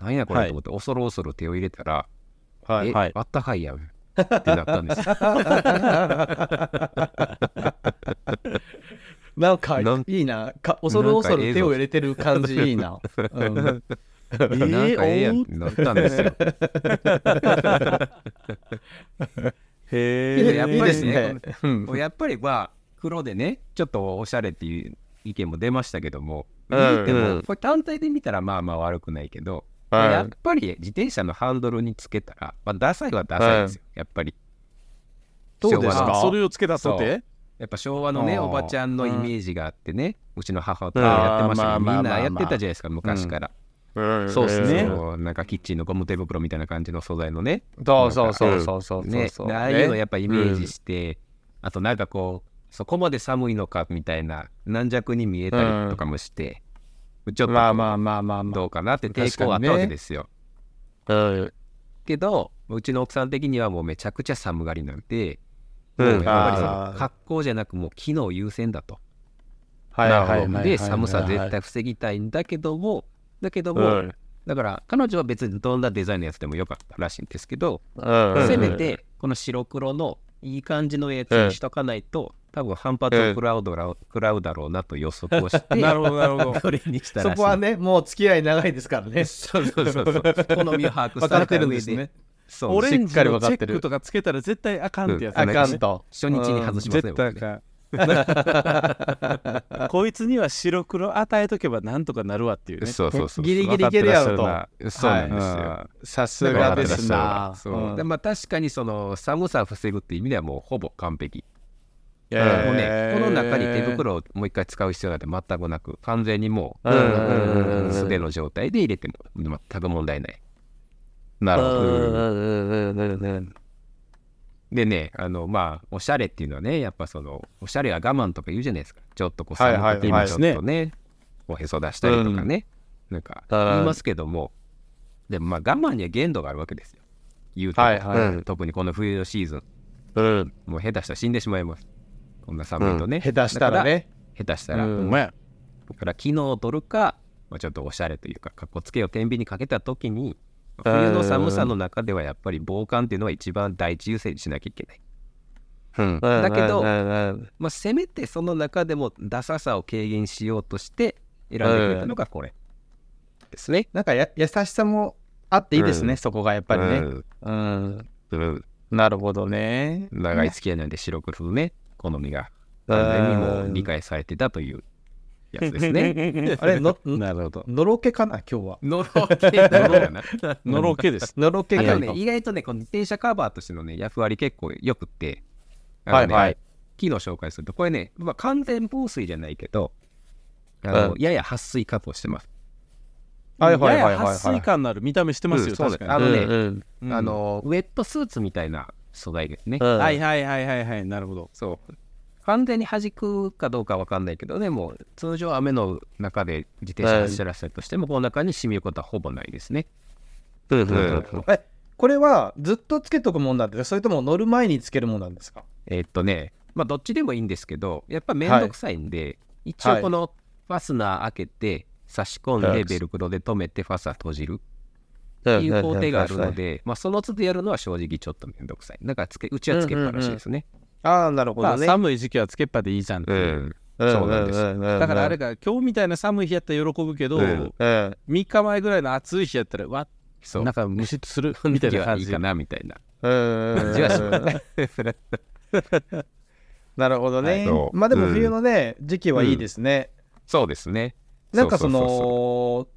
Speaker 4: なんやこれと思って、恐る恐る手を入れたら、
Speaker 5: は
Speaker 4: え、
Speaker 5: い。
Speaker 2: はい
Speaker 4: あったかいやんってなったん ですよ。
Speaker 3: なんか
Speaker 4: なん
Speaker 3: いいなか恐る恐る手を入れてる感じいいな、うん
Speaker 2: え
Speaker 4: なんかええやん
Speaker 2: お
Speaker 4: ってなったんですよ。
Speaker 2: へ
Speaker 3: い
Speaker 2: え。
Speaker 3: いね
Speaker 4: でも やっぱ
Speaker 3: いい
Speaker 4: り
Speaker 3: です
Speaker 4: ね
Speaker 3: ね、うん
Speaker 4: やっぱりまあ、黒でね、ちょっとおしゃれっていう意見も出ましたけども、
Speaker 5: うん
Speaker 4: 言うて
Speaker 5: うん
Speaker 4: も、これ単体で見たらまあまあ悪くないけど、
Speaker 5: はい
Speaker 4: やっぱり自転車のハンドルにつけたら、まあ、ダサいはダサいですよ、やっぱり。
Speaker 2: どうで
Speaker 4: 昭
Speaker 2: す
Speaker 4: 和の
Speaker 2: かそれをつけ出すとて
Speaker 4: やっぱ昭和のね、
Speaker 2: あー
Speaker 4: おばちゃんのイメージがあってね、うちの母とかやってました
Speaker 5: あー
Speaker 4: けど、
Speaker 5: ま
Speaker 4: みん
Speaker 5: あまあまあ
Speaker 4: な
Speaker 5: まあ
Speaker 4: やってたじゃないですか、昔から。
Speaker 5: うん
Speaker 2: そうっすね
Speaker 4: そうなんかキッチンのゴム手袋みたいな感じの素材のね、
Speaker 3: そうそうそうそうそうそう
Speaker 4: ね
Speaker 3: そう、
Speaker 4: ああいうのやっぱイメージして、あとなんかこう、そこまで寒いのかみたいな、軟弱に見えたりとかもして、ちょっと
Speaker 3: まあまあまあまあまあ
Speaker 4: どうかなって抵抗はあったわけですよ。
Speaker 5: うん
Speaker 4: けど、うちの奥さん的にはもうめちゃくちゃ寒がりなんで、
Speaker 5: うん
Speaker 4: もうやっぱりそ
Speaker 5: あ
Speaker 4: の
Speaker 5: ー
Speaker 4: 格好じゃなく、もう機能優先だと。
Speaker 3: はいはいはいはい
Speaker 4: で、寒さ絶対防ぎたいんだけども、だけど
Speaker 5: う
Speaker 4: も、
Speaker 5: ん
Speaker 4: だから彼女は別にどんなデザインのやつでもよかったらしいんですけど、
Speaker 5: うん
Speaker 4: せめてこの白黒のいい感じのやつにしとかないと、多分反発を食らうだろう食らうだろうなと予測をして
Speaker 2: なるほど、なるほ ど。
Speaker 4: これにしたら
Speaker 3: そ
Speaker 4: しい
Speaker 3: こはねもう付き合い長いですからね
Speaker 4: そうそ うそうそう好みを把握
Speaker 3: 分
Speaker 4: さ
Speaker 3: か
Speaker 4: れ
Speaker 3: って
Speaker 4: た
Speaker 3: るんで
Speaker 4: 上です
Speaker 3: ね
Speaker 4: そう
Speaker 2: オレン
Speaker 3: しっ
Speaker 2: ジ
Speaker 3: かりわ
Speaker 2: の
Speaker 3: か
Speaker 2: チ
Speaker 3: っ
Speaker 2: ェ
Speaker 3: てる
Speaker 2: ックとかつけたら絶対あかんってやつ
Speaker 4: う
Speaker 3: あ
Speaker 4: ん
Speaker 2: ね。
Speaker 3: かんと
Speaker 4: 初日に外しませ
Speaker 2: 絶
Speaker 4: ん
Speaker 2: 対あ
Speaker 4: よ、
Speaker 2: かん。こいつには白黒与えとけばなんとかなるわっていうね。
Speaker 4: そうそうそう
Speaker 3: ギリギリいけるやろと
Speaker 2: わかってらっしゃるな
Speaker 4: そうなんですよ、
Speaker 2: は
Speaker 3: さすがですな
Speaker 4: そうでまあ確かにその寒さを防ぐっていう意味ではもうほぼ完璧、
Speaker 5: えー
Speaker 4: もうねこの中に手袋をもう一回使う必要なんて全くなく完全にもう
Speaker 5: うんうんうんうん
Speaker 4: 素手の状態で入れても全く問題ない
Speaker 5: な
Speaker 4: な
Speaker 5: るほどうんうんうんうん
Speaker 4: でねあのまあおしゃれっていうのはねやっぱそのおしゃれは我慢とか言うじゃないですかちょっとこう
Speaker 5: はい
Speaker 4: 寒
Speaker 5: はい
Speaker 4: くて
Speaker 5: は
Speaker 4: 今
Speaker 5: い
Speaker 4: ちょっとねおへそ出したりとかね、なんか
Speaker 5: うん
Speaker 4: 言いますけどもでもまあ我慢には限度があるわけですよ。言うと、
Speaker 5: はいはい
Speaker 4: うん特にこの冬のシーズン、
Speaker 5: うん。
Speaker 4: もう下手したら死んでしまいます。こんな寒いとね。
Speaker 3: 下手したらね。
Speaker 4: だから。下手したら。
Speaker 5: うん
Speaker 3: ほんまや。
Speaker 4: だから機能を取るか、まあ、ちょっとおしゃれというか、かっこつけを天秤にかけたときに、まあ冬の寒さの中ではやっぱり防寒っていうのは一番第一優先にしなきゃいけない。
Speaker 5: うん。
Speaker 4: だけど
Speaker 5: うん
Speaker 4: まあ、せめてその中でもダサさを軽減しようとして選んでくれたのがこれですね。
Speaker 3: なんかや優しさもあっていいですね、
Speaker 4: うん
Speaker 3: そこがやっ
Speaker 4: や
Speaker 3: ぱりね。うん。なるほどね。
Speaker 4: 長い付き合いなんで白黒のね、好みが完全にもう理解されてたというやつで すね。
Speaker 3: あれ、の、
Speaker 2: なるほど。
Speaker 3: のろけかな、今日は。
Speaker 4: のろけなのかな。
Speaker 2: のろけです。
Speaker 3: のろけ
Speaker 4: あ
Speaker 3: か
Speaker 4: と
Speaker 3: な
Speaker 4: ね、。意外とね、この自転車カバーとしてのね、役割結構よくって、あのね
Speaker 3: はいはい
Speaker 4: 機能紹介すると、これね、まあ、完全防水じゃないけど、あの
Speaker 5: う
Speaker 4: やや撥水加工してます。
Speaker 3: はいはいはいはい
Speaker 2: やや撥水感のある見た目してます
Speaker 4: うん
Speaker 2: よ、
Speaker 4: そうで
Speaker 2: 確
Speaker 4: す
Speaker 2: か
Speaker 4: あ
Speaker 2: に
Speaker 4: のね
Speaker 5: うん
Speaker 2: うん。
Speaker 4: あの、ウェットスーツみたいな素材ですね。
Speaker 5: うん。
Speaker 2: はいはいはいはいはい、なるほど。
Speaker 4: そう。完全に弾くかどうかわかんないけど、でも、通常雨の中で自転車走らせたとしても、この中に染みることはほぼないですね。
Speaker 5: うんうん
Speaker 4: うん
Speaker 5: うん
Speaker 3: え、これはずっとつけとくもんなんですかそれとも乗る前につけるもんなんですか
Speaker 4: えーっとね、まあ、どっちでもいいんですけど、やっぱめんどくさいんで、一応このファスナー開けて、差し込ん
Speaker 5: は
Speaker 4: で、
Speaker 5: い
Speaker 4: ベルクロで留めて、ファスナー閉じる
Speaker 5: う
Speaker 4: っ
Speaker 5: ん
Speaker 4: ていう工程があるの。で、まあ、その都度やるのは正直ちょっとめんどくさい。だからつけ、うちはつけっぱなしですね。
Speaker 3: ああ、なるほ
Speaker 2: ま
Speaker 3: ど
Speaker 2: あ、
Speaker 3: ね。
Speaker 2: 寒い時期はつけっぱでいいじゃんっていう
Speaker 4: そうなんです
Speaker 5: んうん
Speaker 2: だからあれが今日みたいな寒い日やったら喜ぶけど、
Speaker 4: うん
Speaker 5: うん。
Speaker 2: 3日前ぐらいの暑い日やったらわ
Speaker 4: そう。
Speaker 2: なん
Speaker 4: か、
Speaker 2: かムシッとするみたいな感
Speaker 4: いい
Speaker 2: じ
Speaker 4: かな、みたいな。
Speaker 5: うんうんうん
Speaker 4: じわしわ
Speaker 3: なるほど
Speaker 4: はい
Speaker 3: ね
Speaker 4: そ。う
Speaker 3: まあでも冬のね、時期はいいですね。
Speaker 4: そうですね。
Speaker 3: なんかそう
Speaker 4: うう
Speaker 3: の、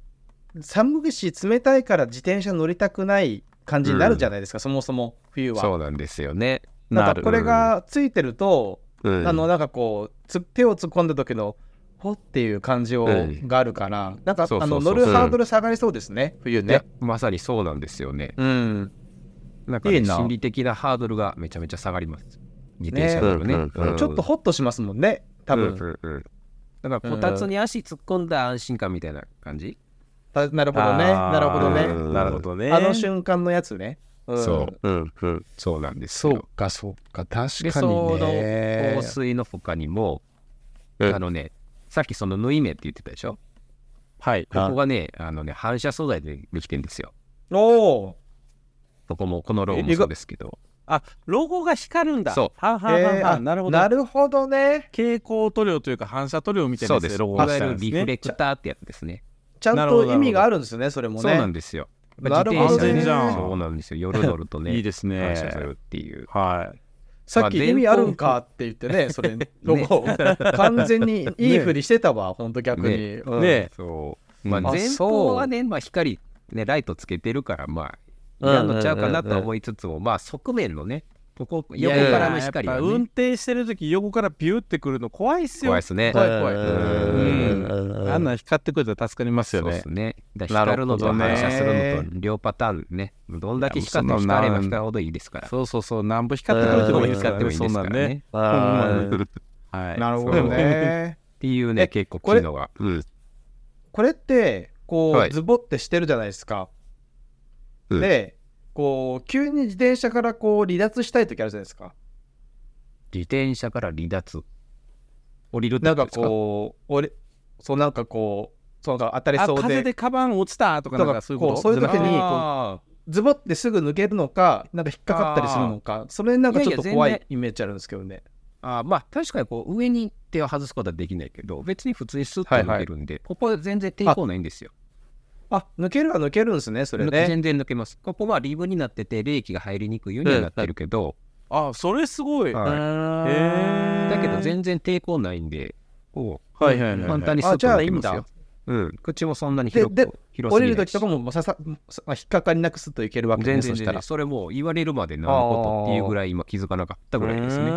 Speaker 3: 寒くし冷たいから自転車乗りたくない感じになるじゃないですか、そもそも冬
Speaker 4: そう
Speaker 3: は。
Speaker 4: そうなんですよね。
Speaker 3: なんかこれがついてると、
Speaker 4: うん、
Speaker 3: あのなんかこうつ手を突っ込んだ時のほっていう感じを、
Speaker 4: うん
Speaker 3: があるからなんか
Speaker 4: そう
Speaker 3: あ
Speaker 4: そ
Speaker 3: の
Speaker 4: うそ
Speaker 3: 乗る
Speaker 4: う
Speaker 3: ハードル下がりそうですね、冬
Speaker 4: ね
Speaker 3: ね。
Speaker 4: まさにそうなんですよね。
Speaker 3: うん、
Speaker 4: なんかね、
Speaker 3: いいな
Speaker 4: 心理的なハードルがめちゃめちゃ下がります。自転車のね
Speaker 5: ねうんうんうん
Speaker 3: ちょっとホッとしますもんね多分、
Speaker 4: うんうんうんだからこたつに足突っ込んだ安心感みたいな感じ、
Speaker 3: たなるほどね
Speaker 2: あー
Speaker 3: なるほどね、
Speaker 5: うん
Speaker 2: なるほどね
Speaker 3: あの瞬間のやつね、ん
Speaker 4: そう
Speaker 5: うんうん。
Speaker 4: そうなんですよ
Speaker 3: かそうか確
Speaker 4: でその香水の他にも、
Speaker 5: うん
Speaker 4: あのねさっきその縫い目って言ってたでしょ
Speaker 2: はい
Speaker 4: ここがねあのね反射素材でできてるんですよ
Speaker 3: おお
Speaker 4: ここもこのローもそうですけど
Speaker 2: あロゴが光るんだ
Speaker 4: そう
Speaker 2: はんはんはんはんなるほど
Speaker 3: なるほどね
Speaker 2: 蛍光塗料というか反射塗料みたいな
Speaker 4: そう
Speaker 2: やつ
Speaker 4: です
Speaker 2: で
Speaker 4: い
Speaker 2: ロゴ
Speaker 4: わ
Speaker 2: が
Speaker 4: ゆ
Speaker 2: 光るん
Speaker 4: るリ
Speaker 2: です
Speaker 4: フ
Speaker 2: ね
Speaker 4: レクターってやつですね
Speaker 3: ちゃん
Speaker 2: なるほど
Speaker 3: と意味があるんですよねそれもね
Speaker 4: そうなんですよ
Speaker 3: なるほ
Speaker 2: どね
Speaker 4: 自転車
Speaker 2: 安全じゃん
Speaker 4: そうなんですよ夜乗ると ね
Speaker 2: いいですね
Speaker 4: 反射するっていう
Speaker 2: はい
Speaker 3: さっき
Speaker 4: まあ
Speaker 3: 意味あるんかって言ってね、それ、ロゴ、 完全にいいふりしてたわ、ほんと逆に。
Speaker 4: ね
Speaker 3: うん
Speaker 2: で
Speaker 4: そう。まあ、
Speaker 2: うん
Speaker 4: 前方はね、まあ、光、ね、ライトつけてるから、まあ、いらんのちゃうかなとは思いつつも、まあ、側面のね、ここ、横
Speaker 5: やいや
Speaker 4: からの光
Speaker 2: や
Speaker 4: が
Speaker 2: っぱ運
Speaker 4: ね、
Speaker 2: 転してる時横からビューってくるの怖いっすよ
Speaker 4: 怖いですね。
Speaker 3: 怖い怖い
Speaker 2: うん
Speaker 5: うん
Speaker 2: あんなん光ってくれたら助かります
Speaker 4: そ
Speaker 2: よ
Speaker 4: うで
Speaker 2: ね
Speaker 4: すね。だから光るのと
Speaker 2: なる
Speaker 4: 反
Speaker 2: ほどね
Speaker 4: 射するのと、両パターンね。どんだけ光って光れば光るほどいいですから。
Speaker 2: そうそうそうなんぼ光ってくれてもいいですから
Speaker 4: 光って
Speaker 2: ねそ
Speaker 4: もいいで
Speaker 2: ん
Speaker 4: す
Speaker 2: な
Speaker 4: か
Speaker 2: ん
Speaker 4: ら
Speaker 2: ね
Speaker 4: ね。
Speaker 5: あー
Speaker 2: はい
Speaker 3: なるほどね。
Speaker 4: っていう
Speaker 3: え
Speaker 4: ね、結構
Speaker 3: これ
Speaker 4: 機能が。うん
Speaker 3: これって、こう、
Speaker 4: はい
Speaker 3: ズボってしてるじゃないですか。
Speaker 4: うん
Speaker 3: で、こう、急に自転車からこう離脱したい時あるじゃないですか。
Speaker 4: 自転車から離脱。降りるって
Speaker 3: な
Speaker 4: こ
Speaker 3: んか
Speaker 4: とですか
Speaker 3: こう、俺、そうなんかこう、そうなんか当たり
Speaker 2: あ
Speaker 3: そう
Speaker 2: 風
Speaker 3: で、
Speaker 2: でカバン落ちたとかなんかそういうこと
Speaker 3: とかこうそういう時にこう
Speaker 2: あ
Speaker 3: ズボってすぐ抜けるのか、なんか引っかかったりするのか、それなんかちょっと怖
Speaker 4: いやい
Speaker 3: い
Speaker 4: や
Speaker 3: イメージあるんですけどね。
Speaker 4: あーまあ確かにこう上に手を外すことはできないけど別に普通にスッと抜けるんで、ここは全然抵抗ないんですよ、
Speaker 3: あ、抜けるは抜けるんですね、それ
Speaker 4: 抜け
Speaker 3: ね。
Speaker 4: 全然抜けますここはリブになってて冷気が入りにくいようにはなってるけど、
Speaker 2: あそれすごい
Speaker 4: はい
Speaker 2: へー
Speaker 4: だけど全然抵抗ないんでこう
Speaker 2: はいはいはいはい
Speaker 4: 簡単にスッと抜けますようん、口もそんなに広
Speaker 3: で
Speaker 4: く
Speaker 3: で
Speaker 4: 広
Speaker 3: 降
Speaker 4: すぎ
Speaker 3: り
Speaker 4: ない
Speaker 3: る時とかももうささ、さ引っかかりなくすっといけるわけ
Speaker 4: 全
Speaker 3: ね、
Speaker 4: 然
Speaker 3: そし
Speaker 4: 全
Speaker 3: た
Speaker 4: 然
Speaker 3: ら。
Speaker 4: それもう言われるまでのことっていうぐらい今気づかなかったぐらいですね、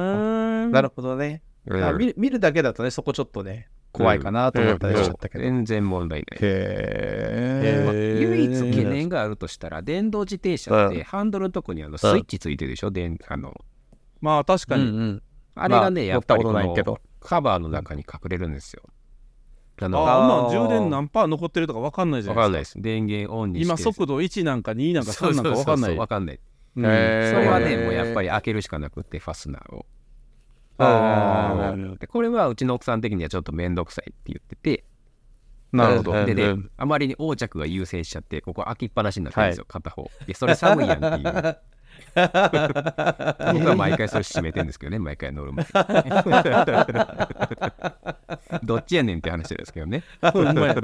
Speaker 3: なるほどね。
Speaker 4: うん
Speaker 3: あ見る見るだけだとね、そこちょっとね、怖いかなと思ったりしちゃったけど。
Speaker 4: 全然問題ない
Speaker 3: へ
Speaker 4: まあ唯一懸念があるとしたら、電動自転車ってハンドルのとこにあのスイッチついてるでしょ、電あの
Speaker 2: まあ確か
Speaker 3: うんう
Speaker 2: に
Speaker 3: ん。
Speaker 4: あれがね、
Speaker 3: まあ
Speaker 4: やっぱり
Speaker 3: 乗
Speaker 4: こ
Speaker 3: ったことないけ
Speaker 4: の
Speaker 3: ど
Speaker 4: カバーの中に隠れるんですよ。あ
Speaker 2: あ
Speaker 4: の
Speaker 2: あんなん
Speaker 5: あー
Speaker 2: 充電何パー残ってるとか分かんないじゃ
Speaker 4: わ
Speaker 2: な
Speaker 4: か
Speaker 2: い
Speaker 4: ん
Speaker 2: で
Speaker 4: ないです電源オンに
Speaker 2: すか今
Speaker 4: して
Speaker 2: 速度1なんか2なんか3なんか分かんない
Speaker 4: わかんない
Speaker 2: うん
Speaker 5: へー
Speaker 4: それはねもうやっぱり開けるしかなくってファスナーを
Speaker 2: あーなるほど
Speaker 4: でこれはうちの奥さん的にはちょっと面倒くさいって言ってて
Speaker 2: なるほど
Speaker 5: うん
Speaker 4: で
Speaker 5: う
Speaker 4: ね
Speaker 5: ん
Speaker 4: あまりに横着が優先しちゃってここ開きっぱなしになってるんですよ片方でそれ寒いやんっていう 僕は毎回それ閉めてるんですけどね毎回乗る前どっちやねんって話ですけどね
Speaker 2: ほんまや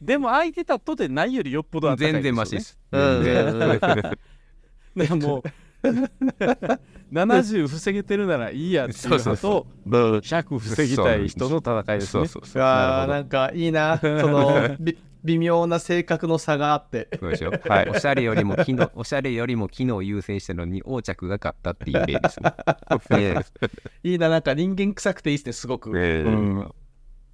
Speaker 2: でも開いてたとてないよりよっぽど暖かい
Speaker 4: 全然マシです
Speaker 5: うん
Speaker 4: 全然
Speaker 2: でも う70防げてるならいいやっていう
Speaker 4: そうそう
Speaker 2: のと100防ぎたい人の戦いです
Speaker 4: そう
Speaker 2: ね
Speaker 4: そうそう
Speaker 3: うわー
Speaker 2: な
Speaker 3: なんかいいなそのび微妙な性格の差があって
Speaker 4: そうでしょ、おしゃれよりも機能おしゃれよりも機能を優先したのに横着が勝ったっていう例で すね
Speaker 3: いいななんか人間臭くていいですねすごく、
Speaker 2: うん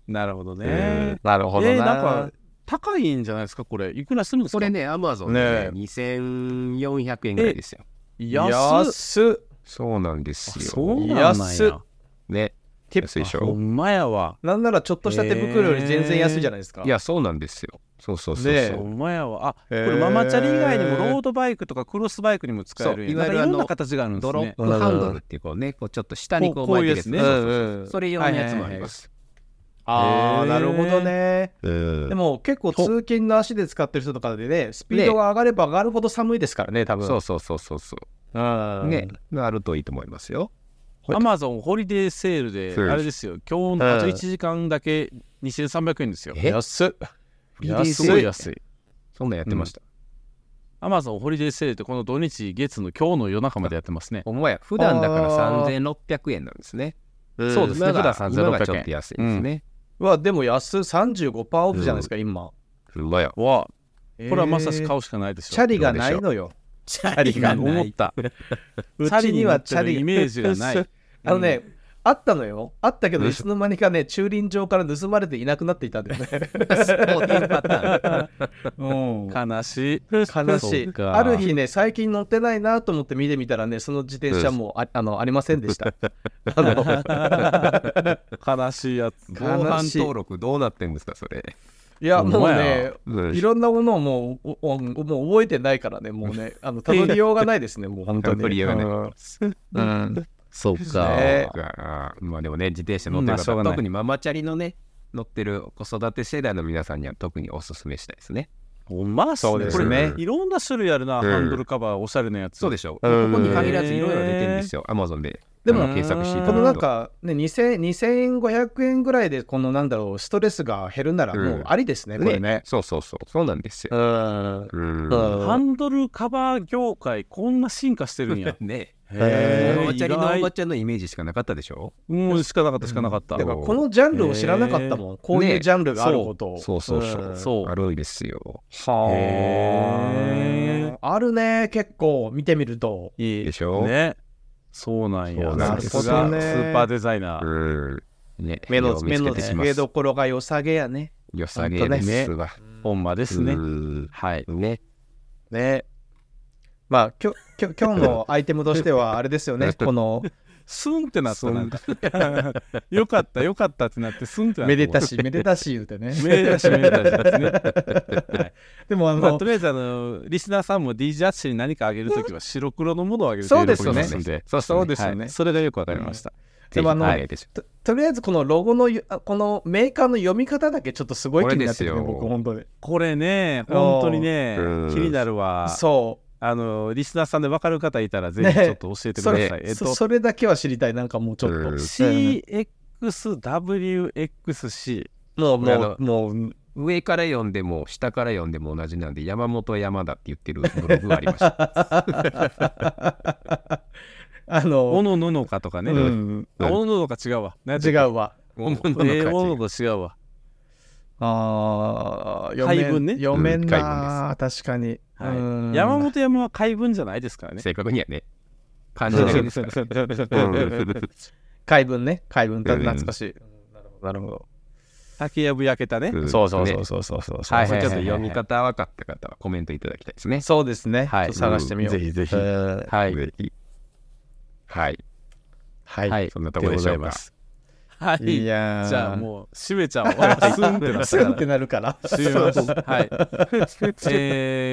Speaker 2: なるほどね、
Speaker 5: えなるほど
Speaker 2: えー、なん
Speaker 5: な
Speaker 2: か。高いんじゃないですかこれいくらするんですか
Speaker 4: これねアマゾン
Speaker 5: ね
Speaker 4: でね2400円ぐらいですよ
Speaker 2: 安っ
Speaker 3: 安っ
Speaker 4: そうなんですよ
Speaker 2: そうなんなん
Speaker 3: 安っ
Speaker 2: や
Speaker 4: ね
Speaker 3: テ
Speaker 4: 安いでし
Speaker 2: ほ
Speaker 4: ょ
Speaker 2: んまやわ
Speaker 3: なんならちょっとした手袋より全然安いじゃないですか、
Speaker 4: いやそうなんですよそうそうそう
Speaker 3: ね
Speaker 4: そ
Speaker 2: ほ
Speaker 4: うん
Speaker 2: まやわあこ
Speaker 3: へー
Speaker 2: れママチャリ以外にもロードバイクとかクロスバイクにも使えるんやなん
Speaker 4: そういわゆ
Speaker 2: か
Speaker 4: る
Speaker 2: いろん
Speaker 4: あ
Speaker 2: な
Speaker 4: の
Speaker 2: 形があるんで
Speaker 4: ド
Speaker 2: す
Speaker 4: ロ
Speaker 2: ね
Speaker 4: ップハンドルっていうこうねこうちょっと下にこう巻いてるやつ
Speaker 2: こうこういうやつね
Speaker 4: そううそうん
Speaker 5: うん
Speaker 4: それ用のやつもあります
Speaker 3: あ
Speaker 2: へ
Speaker 3: ー
Speaker 2: ー
Speaker 3: なるほどね
Speaker 4: うん
Speaker 3: でも結構通勤の足で使ってる人とかでねスピードが上がれば上がるほど寒いですからね多分
Speaker 4: そうそうそうそうそ
Speaker 3: う
Speaker 4: う
Speaker 3: ん
Speaker 4: ねあるといいと思いますよ
Speaker 2: アマゾンホリデーセール
Speaker 4: セー
Speaker 2: で
Speaker 4: ル
Speaker 2: あれですよ今日のあと1時間だけ2300円ですよ
Speaker 4: え
Speaker 3: 安っ
Speaker 2: 安いすごい安い
Speaker 4: そんなんやってました
Speaker 2: アマゾンホリデーセールってこの土日月の今日の夜中までやってますね
Speaker 4: ほんまや普段だから
Speaker 3: あ
Speaker 4: 3600円なんですね
Speaker 2: そうですね
Speaker 4: 今が
Speaker 2: 普段
Speaker 4: 今が
Speaker 2: 3600
Speaker 4: ちょっと安いですね
Speaker 3: うわでも安っ35%オフじゃないですか今
Speaker 4: ほんまや
Speaker 2: わ
Speaker 3: こ
Speaker 2: これはまさし買うしかないでしょ
Speaker 3: チャリがないのよ
Speaker 4: チ
Speaker 3: ャリが
Speaker 2: 思った
Speaker 3: うちに はチャリ
Speaker 2: チャリに乗ってるイメージがない
Speaker 3: あのね、あったのよあったけどいつの間にかね駐輪場から盗まれていなくなっていたんだよねうん
Speaker 2: 悲しい
Speaker 3: 悲し
Speaker 2: そう
Speaker 3: い
Speaker 2: か
Speaker 3: ある日ね最近乗ってないなと思って見てみたらねその自転車もああ のありませんでしたあの
Speaker 2: 悲しいやつ
Speaker 4: 防犯登録どうなってんですかそれ
Speaker 3: いや
Speaker 2: ほんま
Speaker 3: もう
Speaker 2: や
Speaker 3: ね
Speaker 4: うん
Speaker 3: いろんなものをもうおおもう覚えてないからねもうねあのたどりようがないですねもう本当に
Speaker 4: たどりようがない
Speaker 3: うん
Speaker 5: そうか。
Speaker 3: ね
Speaker 4: あーまあでもね自転車乗ってる
Speaker 2: まあしょ
Speaker 4: 方、
Speaker 2: うがない
Speaker 4: 特にママチャリのね乗ってる子育て世代の皆さんには特におすすめしたいですね
Speaker 2: ほんまっすね
Speaker 3: そうです
Speaker 4: ね
Speaker 2: これいろんな種類あるな、
Speaker 4: ん
Speaker 2: ハンドルカバーおしゃれなやつ
Speaker 4: そうでしょう、
Speaker 5: うん
Speaker 4: ここに限らずいろいろ出てるんですよアマゾンで
Speaker 3: でも
Speaker 4: あの検索していただ
Speaker 3: この
Speaker 4: く
Speaker 3: なん
Speaker 4: と
Speaker 3: か、ね、2000 2500円ぐらいでこのなんだろうストレスが減るならもうありですね、これね
Speaker 4: そうそうそうそうなんですよ、
Speaker 5: うん。
Speaker 4: うん
Speaker 2: ハンドルカバー業界こんな進化してるんや
Speaker 4: ね
Speaker 5: へ
Speaker 4: ママ
Speaker 2: 意
Speaker 4: チャリのおば
Speaker 2: 外
Speaker 4: ちゃんのイメージしかなかったでしょ
Speaker 2: うんしかなかったしかなかった、
Speaker 3: だからこのジャンルを知らなかったもん、こういう
Speaker 4: ね
Speaker 3: ジャンルがあることを、
Speaker 4: そうそうそう、
Speaker 3: ん
Speaker 2: そう
Speaker 4: 悪いですよ
Speaker 2: へー
Speaker 3: あるね結構見てみると
Speaker 2: いい
Speaker 4: でしょ
Speaker 2: ねそうなんや
Speaker 4: そう
Speaker 3: なんです
Speaker 2: さすが
Speaker 3: なるほどね
Speaker 2: スーパーデザイナー、
Speaker 4: うんね
Speaker 3: 目の
Speaker 4: よう見
Speaker 3: 目
Speaker 4: つけ
Speaker 3: の
Speaker 4: てし
Speaker 3: 付
Speaker 4: ま
Speaker 3: け
Speaker 4: す
Speaker 3: どころが良さげやね
Speaker 4: 良さげですわ
Speaker 2: ほんまですね、
Speaker 4: うん
Speaker 2: はい
Speaker 4: ね
Speaker 3: ねまあきょきょ今日のアイテムとしてはあれですよねこの
Speaker 2: スン ってなったなんかよかったよかったってなってスンってなっ
Speaker 3: め
Speaker 2: た
Speaker 3: でたしめでたし言うてね
Speaker 2: めでたしめでたしですね、はい
Speaker 3: でもあの、
Speaker 2: まあ、とりあえずあのリスナーさんも DJ アッシュに何かあげるときは白黒のものをあげると
Speaker 3: そうです
Speaker 2: 喜
Speaker 3: よ
Speaker 2: び
Speaker 3: ね
Speaker 2: ますんで
Speaker 4: そう
Speaker 3: そうですよ
Speaker 2: は
Speaker 3: ね
Speaker 2: い、それがよくわかりました、
Speaker 3: でもあの
Speaker 4: ぜひはい
Speaker 3: ととりあえずこのロゴのよあこのメーカーの読み方だけちょっとすごい
Speaker 4: これ
Speaker 3: 気になってるね
Speaker 4: ですよ
Speaker 3: 僕本当に
Speaker 2: これね本当にね
Speaker 4: うん
Speaker 2: 気になるわ
Speaker 3: そ
Speaker 2: あのリスナーさんで分かる方いたらぜひちょっと教え
Speaker 3: う
Speaker 2: てく
Speaker 3: そ
Speaker 2: ださい、
Speaker 3: れ,、
Speaker 2: えっ
Speaker 3: そ
Speaker 2: と
Speaker 3: それだけは知りたいなんかもうちょっと、
Speaker 4: うん
Speaker 2: CXWXC
Speaker 3: もう
Speaker 4: これあの
Speaker 3: もうもう
Speaker 4: 上から読んでも下から読んでも同じなんで山本山田って言ってるブログがありました
Speaker 3: あの
Speaker 2: おのののかとかね、
Speaker 3: うん、
Speaker 2: あおのののか違うわ
Speaker 3: 違
Speaker 2: う
Speaker 3: うわ
Speaker 4: おのの
Speaker 2: えー、おの
Speaker 4: のの
Speaker 2: のと違うわ
Speaker 3: ああ
Speaker 2: 配分ね
Speaker 3: 読めん
Speaker 4: うん
Speaker 3: な、確かに、
Speaker 2: はい
Speaker 3: うん
Speaker 2: 山本山は怪文じゃないですからね。
Speaker 4: 正確にはね漢字だけですから
Speaker 3: 海文ね海文だ
Speaker 4: うん
Speaker 3: 懐かしい、なるほどなるほど
Speaker 2: 竹やぶ焼けたね。
Speaker 4: うん
Speaker 3: そうそう
Speaker 4: ね
Speaker 3: そうそうそうそうそう、
Speaker 2: はい
Speaker 4: ちょっと読み方分かった方はコメントいただきたいですね
Speaker 3: そうですね、
Speaker 2: は
Speaker 3: ちょ
Speaker 2: い
Speaker 3: っと探してみよう、
Speaker 2: うんぜひぜひ
Speaker 3: えー
Speaker 2: はい。
Speaker 4: はい
Speaker 3: はい、
Speaker 2: はい。
Speaker 4: そんなとこでしょ
Speaker 2: ござ
Speaker 4: うか
Speaker 2: います。はい
Speaker 3: いやー
Speaker 2: じゃあもう閉めちゃおうスンっ てなった
Speaker 3: ス
Speaker 2: か
Speaker 3: ンっ
Speaker 2: ら
Speaker 3: てなるから。
Speaker 2: すいませ ん。はい。え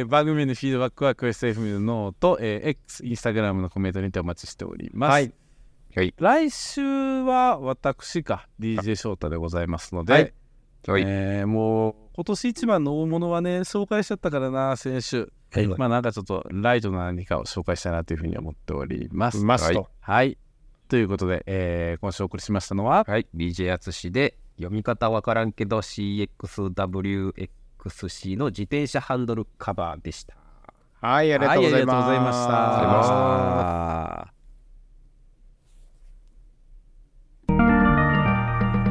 Speaker 2: ー番組へのフィードバックはクエスト FM のノート、えー X、インスタグラムのコメントにてお待ちしております。
Speaker 3: はい。
Speaker 2: 来週は私か、DJ 翔太でございますので、
Speaker 3: はい
Speaker 4: はい
Speaker 2: えーもう今年一番の大物はね、紹介しちゃったからな、先週。
Speaker 4: はい
Speaker 2: まあなんかちょっとライトな何かを紹介したいなというふうに思っております。
Speaker 3: マスト。
Speaker 2: はい。ということで、えー今週お送りしましたのは、
Speaker 4: はい、DJ 淳で読み方わからんけど CXWXC の自転車ハンドルカバーでした。
Speaker 5: はい、ありがとうございます。
Speaker 2: はありがとう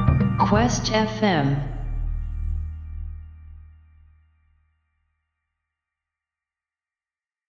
Speaker 2: ございました。
Speaker 5: ありがとうございました
Speaker 1: Quest FM